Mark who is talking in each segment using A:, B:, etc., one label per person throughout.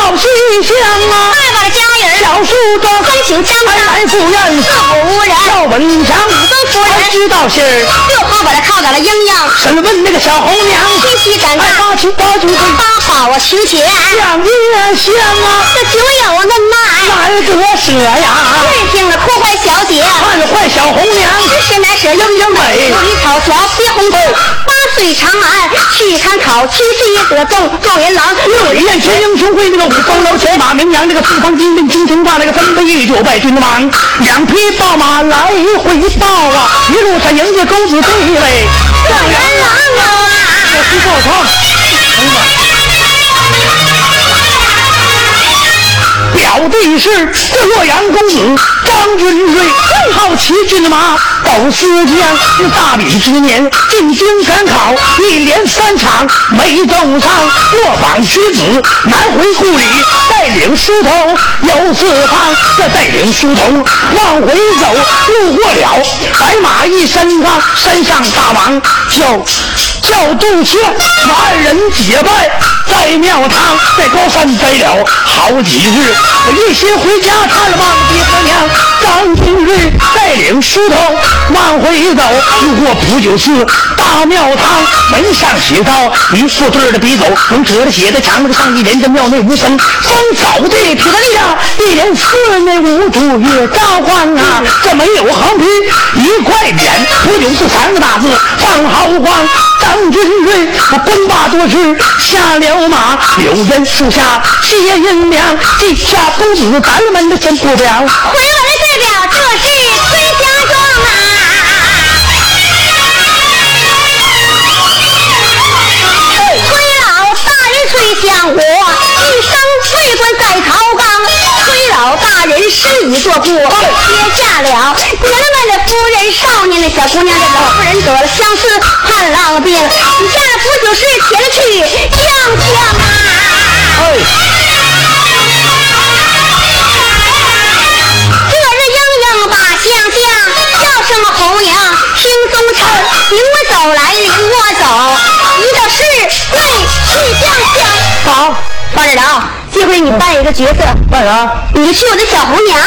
A: 香啊，
B: 外边家人
A: 小树桩，
B: 风情张
A: 安
B: 张，
A: 南妇院，
B: 夫人
A: 赵文强，
B: 孙夫人
A: 还知道信儿，
B: 就怕把他靠倒了英英，
A: 审问那个小红娘，
B: 七七长
A: 哎，
B: 大，
A: 八七八九分，
B: 八好啊，十全，
A: 讲月香啊，
B: 这酒友啊那么爱，
A: 难得舍呀，
B: 任性的破坏小姐，
A: 看坏小红娘，
B: 知识难舍
A: 英英美，
B: 有一草桥西红沟，八岁长安去参考，七十一得中状元郎，
A: 六里燕学英雄会那个五方楼前马名扬，那个四方金令金城霸，那个三杯御酒拜君王，两匹豹马来回报啊，一路上迎接公子弟嘞，
B: 状元郎啊！
A: 这是报堂，表弟是这洛阳公子张君瑞，正好骑骏马走思江，是大比之年进京赶考，一连三场没登上，落榜屈子，南回故里，带领书童游四方，这带领书童往回走，路过了白马一身上，身上大王叫叫杜鹃，万人结拜。在庙堂，在高山待了好几日，我一心回家探望爹和娘。张君瑞带领书童往回走，路过普九寺大庙堂，门上写道：“一副对的笔走，能折的写的长的上一连，这庙内无声，风扫地撇地呀，一连寺内无主月照光啊，这没有横批，一块匾，普九寺三个大字放豪光。”张君瑞，我奔霸多时，下了马，柳荫树下歇阴凉。地下公子咱们的真不了，
B: 回文代表这是崔家庄啊。崔老大人虽像我，一生为官在朝纲。崔老大人是已作故，接驾了娘们的夫人，少年的小姑娘，这老妇人得了相思盼望病，你下了不久是前去降降啊。
A: 哎，
B: 这日莺莺把相将，叫声红娘听宗称，领我走来领我走，一个是内去将相。好，八指头，这回你扮演个角色，
A: 干啥？
B: 你去我的小红娘，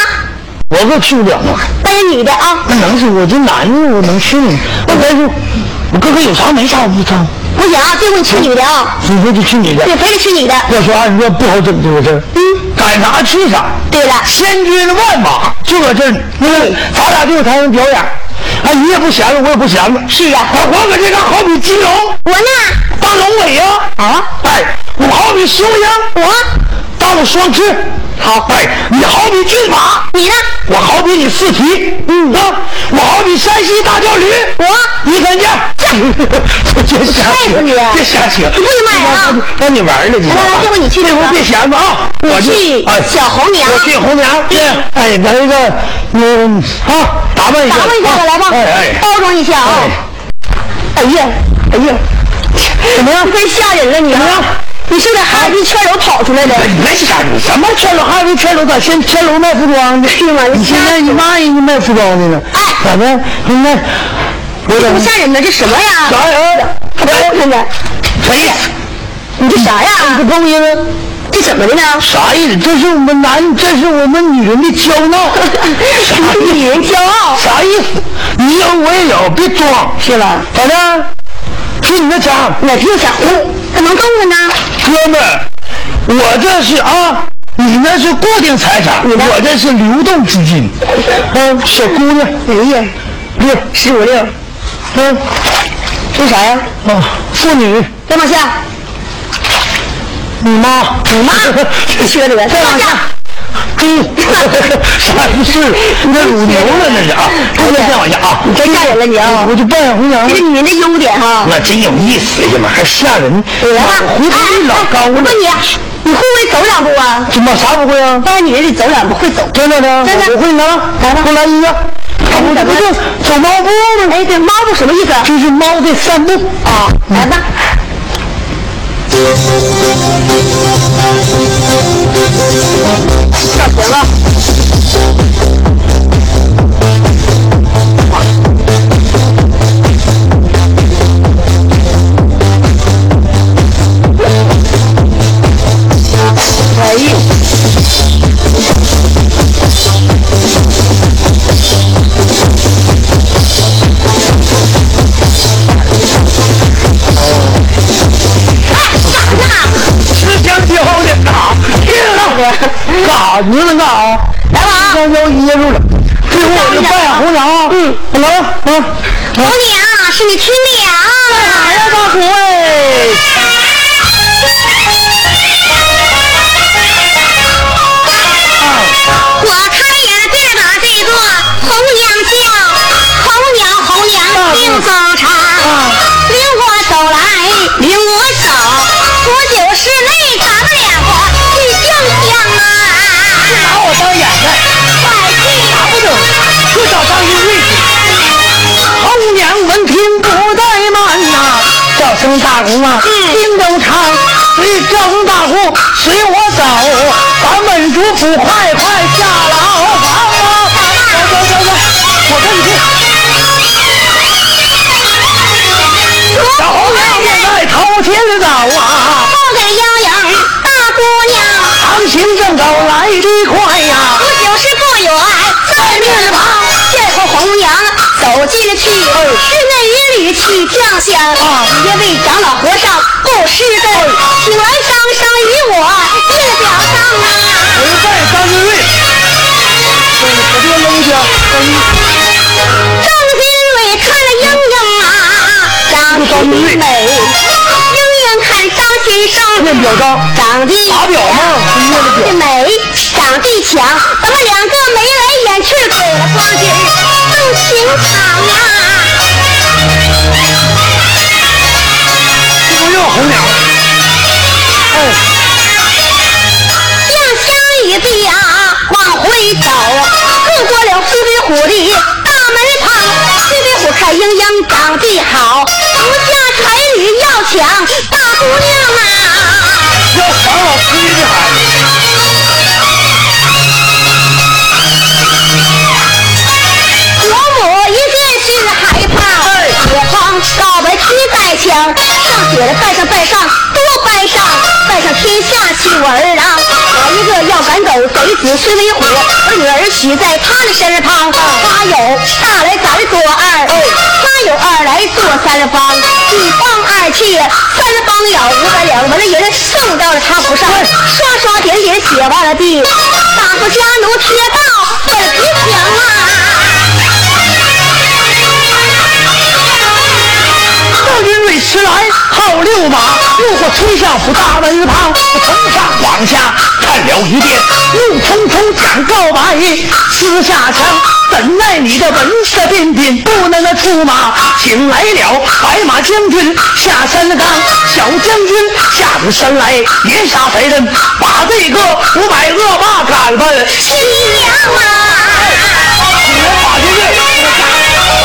A: 我可去不了啊！
B: 扮演女的啊。
A: 那能去？我这男的，我能去吗？我再说，我哥哥有啥没啥无伤，
B: 不行啊，这回你去女的啊，
A: 你说就去你的。
B: 对，非得去女的。
A: 要说按说不好整这个事儿，
B: 嗯，
A: 赶啥去啥，
B: 对了，
A: 千军万马就搁这儿呢。嗯，咱俩就有台上表演，哎，你也不闲着，我也不闲着。
B: 是啊
A: 我我搁这嘎好比金龙。
B: 我呢，
A: 大龙尾呀、啊！哎，我好比雄鹰，
B: 我，
A: 当我双翅。好，哎，你好比骏马，
B: 你呢，
A: 我好比你四蹄。嗯哦啊，我好比山西大叫驴。
B: 我，
A: 你看见？别瞎扯，别瞎扯！
B: 你不许骂人啊
A: 跟你玩呢，你知道
B: 来
A: 吧
B: 来这回你去
A: 这回
B: 吧
A: 别闲着啊！我就
B: 去
A: 哎，
B: 小红娘
A: 我去红娘。对，哎，咱这个，嗯，啊，打扮一下，
B: 打扮一下
A: 啊
B: 吧，来吧
A: 哎哎，，
B: 包装一下啊。哎呀，哎呀，怎么样？太吓人了你！怎么样？你是不是哈尔滨圈楼跑出来的？
A: 哎你别瞎扯，什么圈楼？还有圈楼咋先圈楼卖服装的？
B: 是吗？
A: 你
B: 你
A: 现
B: 吓
A: 在你妈人家卖服装的呢，
B: 哎
A: 咋的？人家我怎
B: 不
A: 么
B: 吓人呢？这什么呀？
A: 啥人？
B: 真的，
A: 谁？
B: 你这啥呀？
A: 这勾引？
B: 这怎么的呢？
A: 啥意思？这是我们男，这是我们女人的骄傲。
B: 你女人骄傲，
A: 啥意思？你有我也有，别装。
B: 是吧？
A: 咋的？去你那家，
B: 哪天想我怎么动弹呢？
A: 哥们儿，我这是啊，你那是固定财产，我这是流动资金。嗯，小姑娘，
B: 哎呀，
A: 六十五六，嗯，
B: 这啥呀？
A: 啊，妇女，
B: 再往下，
A: 你妈，你 妈，
B: 车里边，再往 下，
A: 猪， 啥意思？你这乳牛了那是 啊？不能再往下啊！
B: 你太吓人了你啊！
A: 我就扮演红娘
B: 这
A: 了
B: 是。女人的优点哈。
A: 那真有意思，哎呀妈，还吓人！
B: 我哎
A: 回头率老高
B: 我
A: 了
B: 问。你，啊 你会不会走两步啊？
A: 怎么啥不会啊？
B: 当然，女人得走两步，会走。
A: 真的呢？
B: 真的
A: 我会呢。
B: 来吧哎
A: 我来一个。我这不就走猫步吗？
B: 哎，对，猫步什么意思？
A: 就是猫的散步。
B: 啊，来吧。上学了。哎呀，
A: 名能干啊！
B: 来吧啊
A: 幺幺一入了，最后我就拜红娘。嗯，来吧啊！
B: 红娘是你亲娘
A: 哪
B: 啊！
A: 呀，大姑哎？
B: 我看眼便把这个红娘叫，红娘红娘领走长，领我走来领我走，不久室内咱们两个去静香啊！
A: 拿我当眼看，
B: 快去
A: 打不准，就找张云瑞去。红娘闻听不怠慢呐、叫声大姑啊，心都长。随叫声大姑，随我走，咱们主仆快快下牢房啊！走走走走，我跟你去。小红娘现在头前走啊，
B: 报给妖影大姑娘，
A: 行情正走来得快呀、
B: 不久是不远在面旁，见过红娘走进了去，室内一缕起酱香。
A: 啊
B: 一位长老和尚不施供，请来张生与我一表上啊！
A: 我们带张云瑞，我我这个扔下，
B: 张君伟看了英英啊，
A: 我
B: 张
A: 张云瑞，
B: 英英看张先
A: 念
B: 生
A: 表彰，
B: 长得
A: 打表吗？念的表
B: 长得。美，长得强，咱们两个眉来眼去，给了光景更情长啊！
A: 不用红娘。哎，
B: 酱香一地啊，往回走，路过了西北虎的大门旁。西北虎看英英长得好，不嫁彩礼要抢大姑娘啊！
A: 要防老司机的孩子。
B: 伯母一见是害怕，也慌告白七拜墙，上写了拜上拜上多拜上，拜上天下弃我儿郎。我一个要赶走贼子孙为虎，我女儿娶在他的身旁。他有大来咱做二，他有二来做三方，一方二妾，三方了五百两，完了人送到了他府上，刷刷点点写完了地，打过家奴贴报本皮墙啊。
A: 赵云瑞迟来号六马，路过崔相府大门旁，我从上往下看了一遍，怒冲冲想告白，私下枪，怎奈你的文色彬彬，不能那出马，请来了白马将军下山岗，小将军下出山来，连杀贼人，把这个五百恶霸赶翻。
B: 新娘啊，
A: 你们把这个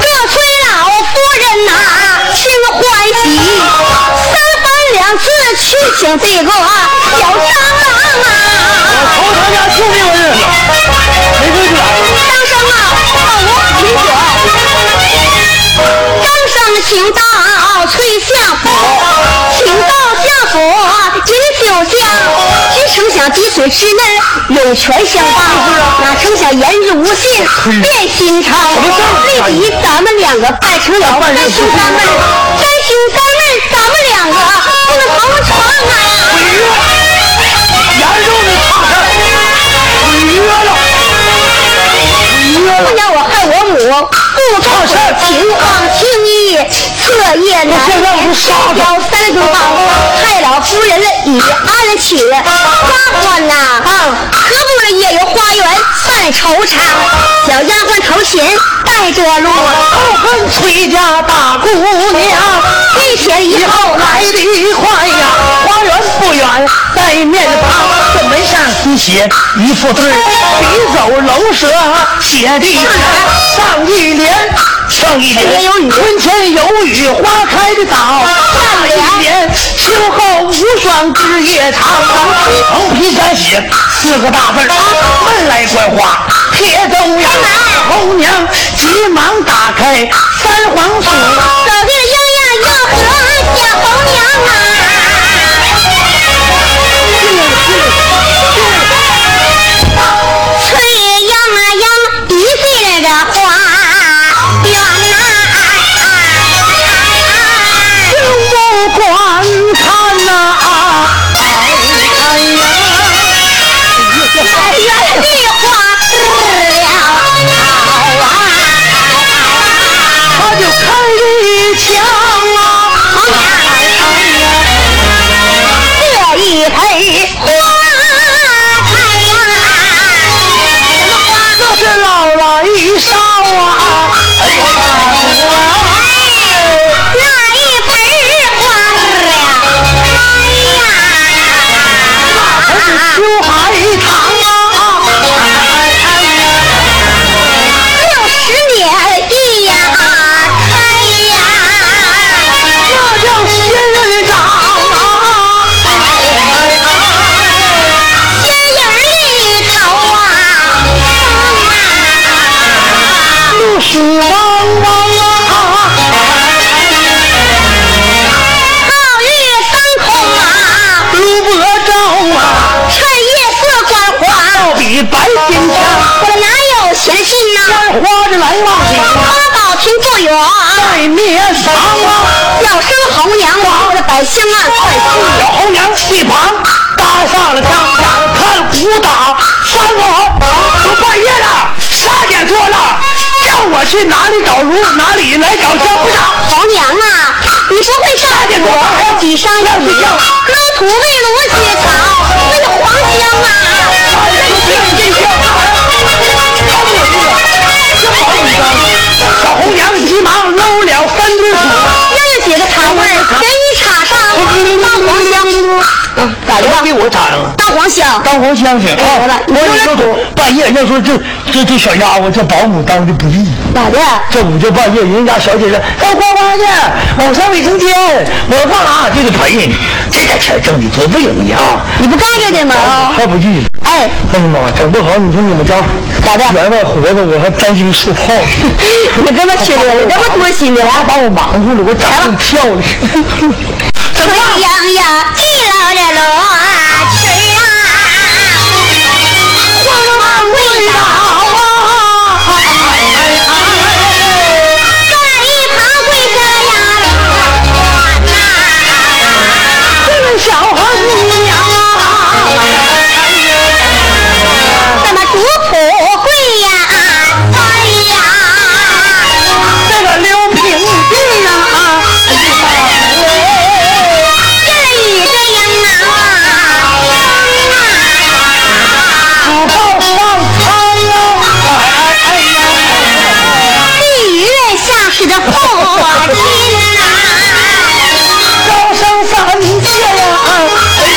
B: 这崔老夫人呐、心欢喜，三番两次去请这个小张郎啊，
A: 头他家就没有日子，没规矩了。
B: 张生啊，到我请我，张生请到崔相府，请到相府饮酒香，只成想滴水之内涌泉相报，哪成想言语无信变心肠。
A: 什么事儿
B: 立即咱们两个拜成了干兄干妹，干兄干妹，咱们两个不能同床啊！
A: 毁约，严重的差事儿，毁约了，毁约
B: 不
A: 了。
B: 娘，我害我母，故造事情况轻易，彻夜难
A: 现在不杀他，
B: 挑三更半，害老夫人了已安了寝，丫鬟呐，啊，可不了夜游花园犯惆怅，小丫鬟头前带着路，
A: 后哦跟崔家大姑娘，
B: 一前一
A: 以
B: 后
A: 后来得快哎呀，花园不远，在面旁，这门上新写一副字儿，笔走楼舌写的上一联。上一
B: 前
A: 联
B: 有雨
A: 春前有雨花开的早，
B: 下联
A: 一年秋后无霜枝叶长，横批三写四个大字儿，闷来观花贴中央。红娘急忙打开三皇鼠，
B: 走进了莺莺要和小红娘啊。翠呀呀，一地的花园呐，
A: 进屋观看呐、哎呀，金枪，
B: 我哪有闲心呐？
A: 烟花的来往紧啊，
B: 八宝亭不远，
A: 在面上啊，
B: 叫声红娘，我的百香案快
A: 有
B: 进。
A: 红娘一旁搭上了帐，眼看武打三好，都半夜了，十二点多了，叫我去哪里找如哪里来找江部长。
B: 红娘啊，你不会上
A: 八点多了还要
B: 举觞一
A: 睡
B: 米，
A: 觉。
B: 捞土喂芦些草，喂了黄香啊。
A: 八点多睡你这觉，好有意思，真好有意思。小红娘急忙搂了三堆土，
B: 又有几个茶味儿，给你插上当黄香，
A: 咋的了？给我插上了。
B: 当黄香。
A: 当红香去啊！
B: 哎
A: 我也说半夜要说这这这小丫鬟这保姆当的不易，
B: 咋的？
A: 这午就半夜人家小姐说哎花花去，我上卫生间，我干啥就得陪人，这点钱挣的多不容易啊！
B: 你不干这个吗？
A: 还不去呢。
B: 哎，
A: 哎呀妈，整不好你说你们家咋的？员外活着，我还担惊受怕。
B: 你这么缺德，你这么多心的，
A: 把我忙活了，我长得漂亮。怎么
B: 春秧呀，记老了罗裙啊，黄花未老啊，这一旁跪着呀罗呐，
A: 这个小红娘
B: 怎么主仆跪呀哎呀，
A: 这个刘萍萍啊，
B: 这一个人啊。
A: 土包上苍啊！哎哎哎呀！
B: 地月下是的破金呐，
A: 高升三界呀、啊，
B: 这有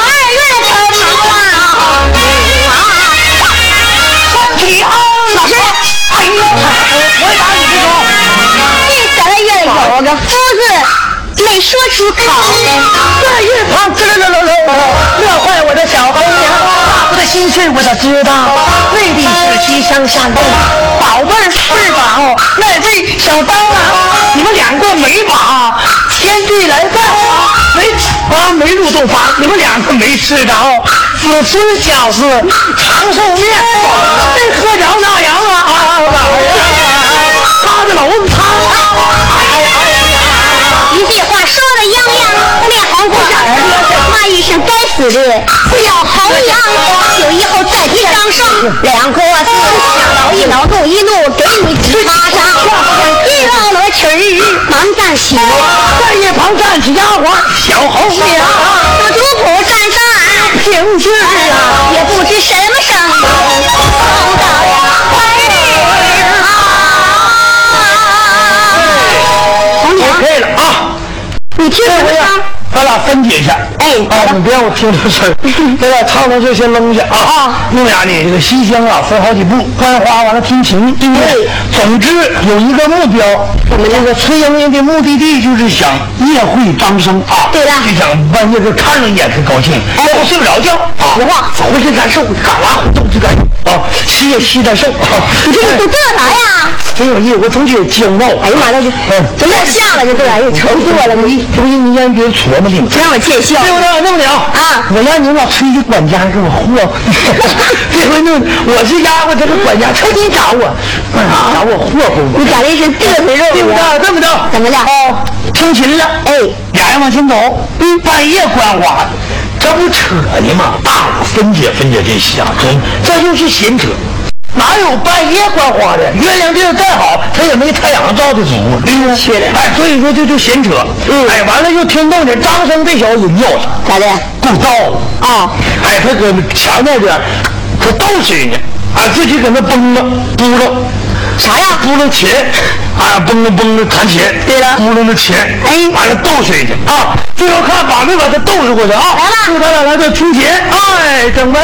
B: 二月的头啊，
A: 身体啊，
B: 老师，
A: 哎呦，我打你这招，
B: 这咱们院有个夫字没说出口，
A: 这一旁滋溜溜溜溜，乐坏我的小红娘，我的心事我咋知道？为的是西乡下贡，宝贝儿是宝，那位小当郎，你们两个没把天地来拜啊，没啊没入洞房，你们两个没吃着，只吃饺子长寿面，这喝着那羊啊啊老爷，趴着楼子趴。
B: 一句话说的泱泱，面红过耳，骂一声该死的小猴羊，酒一后再提张生，两个字想挠一挠，怒一怒，给你几巴掌，一老罗裙儿忙站起。
A: 在一旁站起丫鬟小红娘，
B: 我主仆站上，
A: 平日啊，
B: 也不知什么声音，风到了儿啊！红娘，
A: 可以了啊，
B: 你听
A: 这
B: 什么
A: 回呀
B: 声？，
A: 咱俩分解一下。
B: 哎
A: 啊，你别让我听 这声儿，咱俩唱到这先扔下啊。弄俩呢，这个西厢啊，分好几步，观花完了听琴，对不对？总之有一个目标，我们这个崔莺莺的目的地就是想夜会张生啊，
B: 对了
A: 就想半夜就看上一眼是高兴，哎，睡不着觉啊，
B: 实话
A: 浑身难受，嘎啦动就感受啊，吸也吸难受啊。
B: 你这你这啥呀？
A: 挺有意思，我总觉得惊到。哎呀妈，那就
B: 这落下了，这这又愁死我了，你
A: 这不是你让别人琢磨的吗？
B: 让我见笑。
A: 对不对？弄不了
B: 啊
A: 我让你老崔这管家给我 祸，这回弄我是丫鬟，他是管家，成天找我，哎找我祸祸
B: 啊
A: 我，
B: 你长得是嘚瑟
A: 对
B: 肉
A: 不
B: 呀？
A: 对？对不对？
B: 怎么的？
A: 哦，听琴了，哎，俩人往前走，嗯，半夜观花，这不扯呢吗？大伙分解分解这下真这就是闲扯。哪有半夜观花的？月亮地儿再好，它也没太阳照的足，对不对？哎，所以说这就闲扯。嗯，哎，完了又听动静，张生这小子尿了。
B: 咋的？哦
A: 够道了啊！哎，他搁墙那边，他倒水呢，啊，自己搁那崩了，嘟了，
B: 啥呀？
A: 嘟了 琴，啊，崩了崩了弹琴，
B: 对了
A: 嘟了那琴，
B: 哎
A: 完了倒水去啊！最后看把没把他倒水过去啊！
B: 来哦了
A: 就咱俩来这听琴，哎，整呗。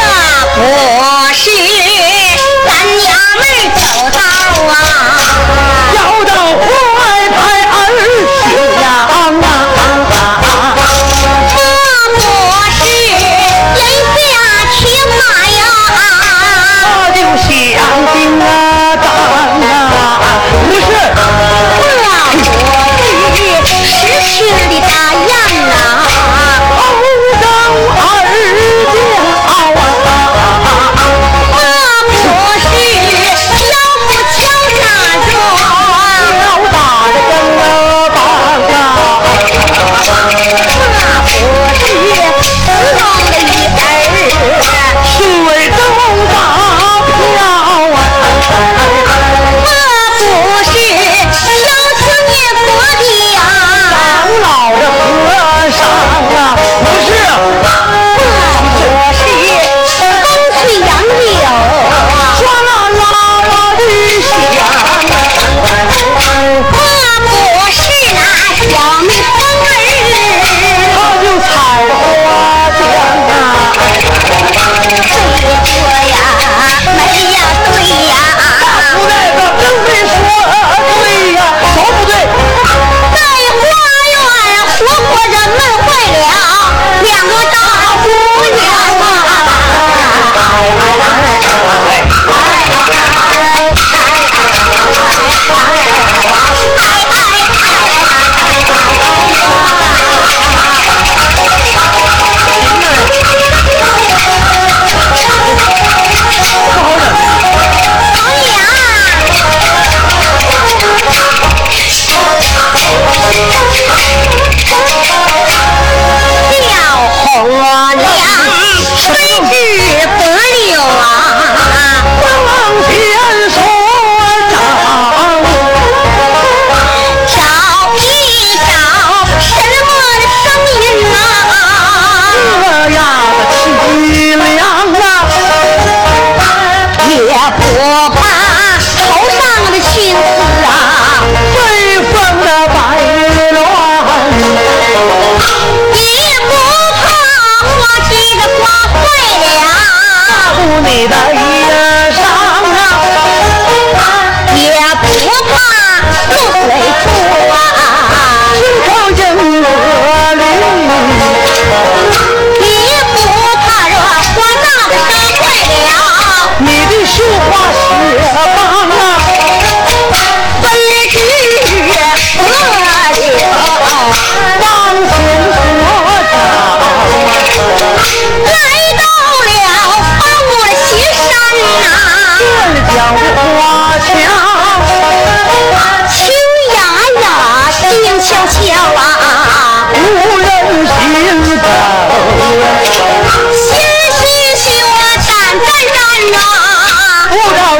B: 我是咱娘们儿走道啊，
A: 摇到怀拍儿
B: 啊啊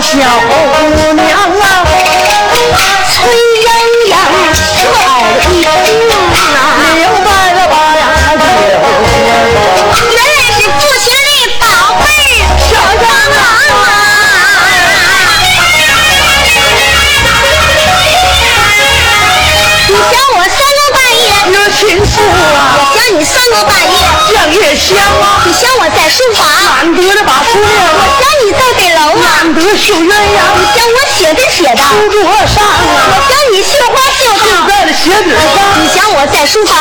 A: 小姑娘啊，
B: 崔鸳鸯好一命啊！
A: 明白了吧呀？
B: 原来是父亲的宝贝儿小蟑螂啊！你教我三更半夜，
A: 有情妇啊，
B: 我教你三更半夜；
A: 酱夜香啊，
B: 你教我在书房，
A: 难得的把姑
B: 我
A: 娘，
B: 教你在北楼啊；
A: 难得绣鸳
B: 你
A: 鸯，
B: 教我写字写的，
A: 书桌上
B: 我
A: 啊，
B: 教你绣花绣
A: 就
B: 套；
A: 在这鞋底上，
B: 你教我在书房，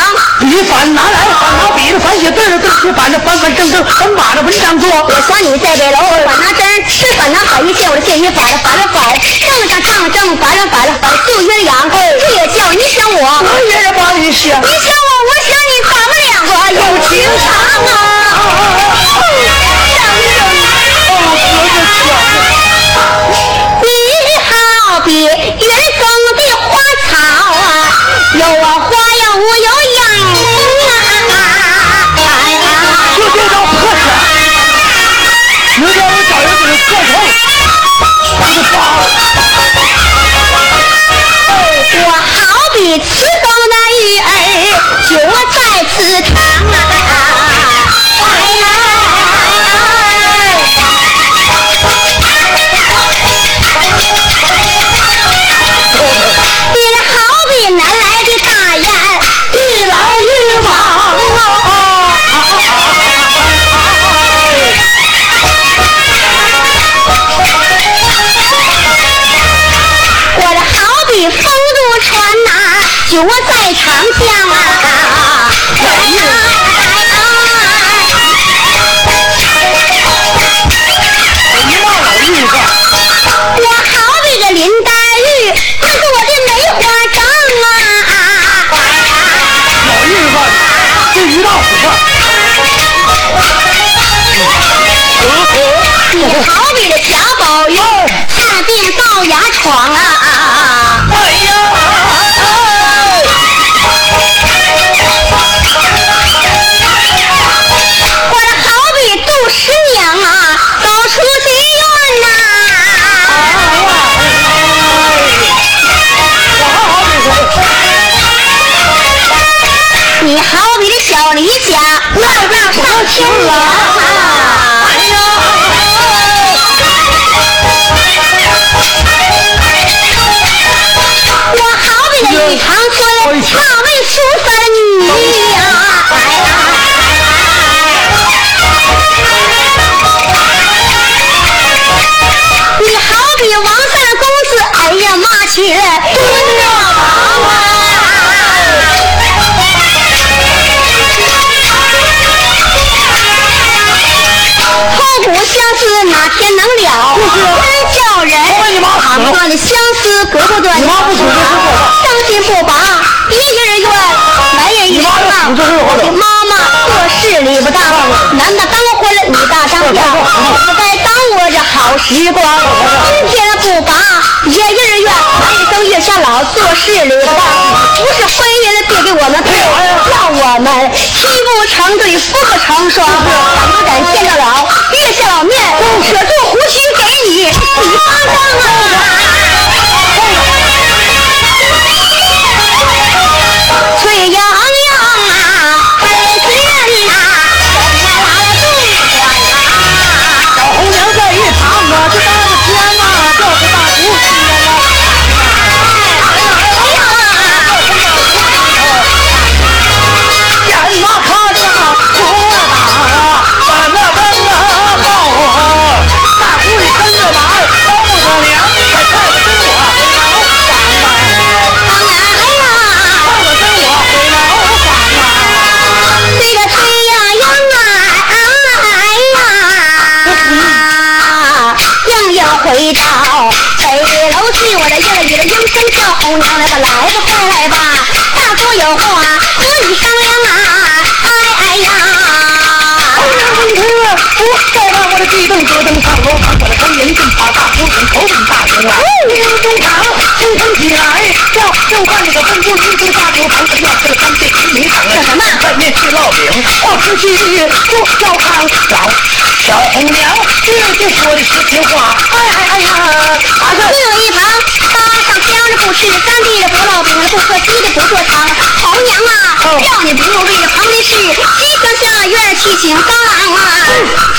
A: 笔反拿来，反拿笔子，反写字儿的字儿写板子，反反正正，反把这文章做。
B: 我教你在北楼，反拿针，针反拿法一线，我的线一法了，法了法，正了正，正了正，法了法了法，绣鸳鸯，这也叫你想我。
A: 我也是把你想。
B: 你想我，我想你，咱们两个有情长啊！你好比人中的花草啊，有我花呀，我有眼啊！
A: 就这招破拳，明天我找人给人破头，把你扒了。
B: 我好比池中的鱼儿，久卧在池塘啊！你好比南来的大雁，一来一往啊！我这好比风度船呐、久卧在长江啊。
A: 一骂老玉一个，
B: 我好比个林黛玉，那是我的梅花账啊！
A: 老玉一个，这于大虎子，
B: 你好比这贾宝玉，看病到牙床啊！
A: 哎呀，
B: 我这好比杜十娘啊，走出妓院
A: 哎
B: 呐！
A: 我还好比谁？
B: 你好比这小李家，浪浪上青云啊！我好比个李长春，大卫淑三女呀！你好比王三公子，哎呀妈去，蹲着忙啊！后古相思哪天能了？
A: 啊
B: 真叫人
A: 死了
B: 断的相思隔不断，
A: 你妈不死就是我
B: 伤心不拔，一人怨，埋人一
A: 你
B: 丈。
A: 妈不死就是我
B: 我的妈妈做事理不当，男的当婚了，女大当嫁，不该耽误我这好时光。今天不拔，也一人怨，男生月下老，做事理不当，不是婚姻的别给我们配，让我们妻不成对，夫不成双。敢不敢见到老，月下老面，扯住胡须给你，你帮帮啊！崔莺莺啊，本天呐，来来对呀，
A: 小红娘在一旁，我就当个天呐，这是大姑娘啊，眼呐看呐，左打，反呐跟呐后啊，大姑你跟着玩，当我娘，快快跟我，
B: 哎呀，
A: 快我跟我回老房啊！
B: 这个崔莺莺啊，莺莺回到北楼去，我的夜里的莺声叫红娘来吧，来吧，快来吧，大哥有话和你商量啊，哎哎呀。
A: 哎不再让我的地动折腾上楼房，我的声音正把大姑人头顶大红啊！中堂心疼起来，叫就换那个风风一出大厨房，要吃三岁平米堂啊，
B: 什么
A: 外面是烙饼，我吃去不要炕老小红娘句句说的是情话，哎呀哎呀哎呀，
B: 好像另一旁搭上香的不吃，干地的不烙饼，不喝鸡的不做汤。红娘啊，
A: 哦
B: 料你不入味，旁边是鸡哥下院七情高昂啊！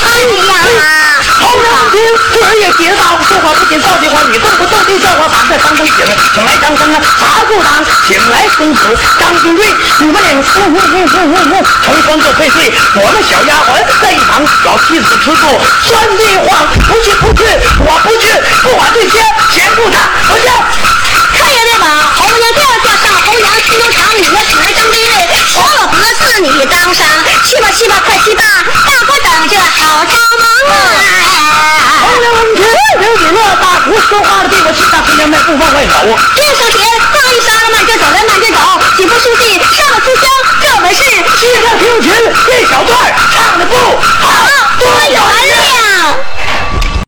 B: 哎呀，
A: 红娘听腿儿也跌倒，说话不仅造句话，你动不动就叫我把这当成井，请来张生啊，啥不当，请来公子张金瑞，你们俩呼呼呼呼呼呼，从窗各退队，我们小丫鬟在一旁老妻子吃醋，酸地话，不去不去，我不去，不管这些，闲不打，不去。
B: 看见没有？红娘调调上红娘心中长，你要请来当第一位，我老婆子你当上，去吧去吧，快去吧，大伙等着好帮忙啊！
A: 红娘闻听，刘子乐大胡说话的地方，七大姑娘们不往外走。
B: 这时候，别放一声，慢就走，来慢就走。几步书记